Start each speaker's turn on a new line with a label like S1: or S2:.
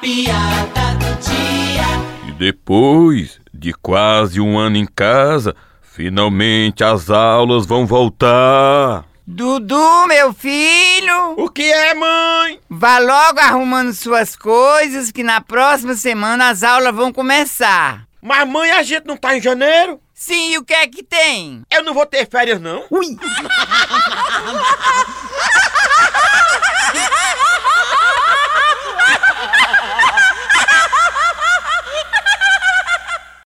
S1: piada do dia.
S2: E depois de quase um ano em casa, finalmente as aulas vão voltar.
S3: Dudu, meu filho,
S2: O que é, mãe?
S3: vá logo arrumando suas coisas que na próxima semana as aulas vão começar.
S2: Mas mãe, a gente não tá em janeiro?
S3: Sim, e o que é que tem?
S2: Eu não vou ter férias, não.
S3: Ui!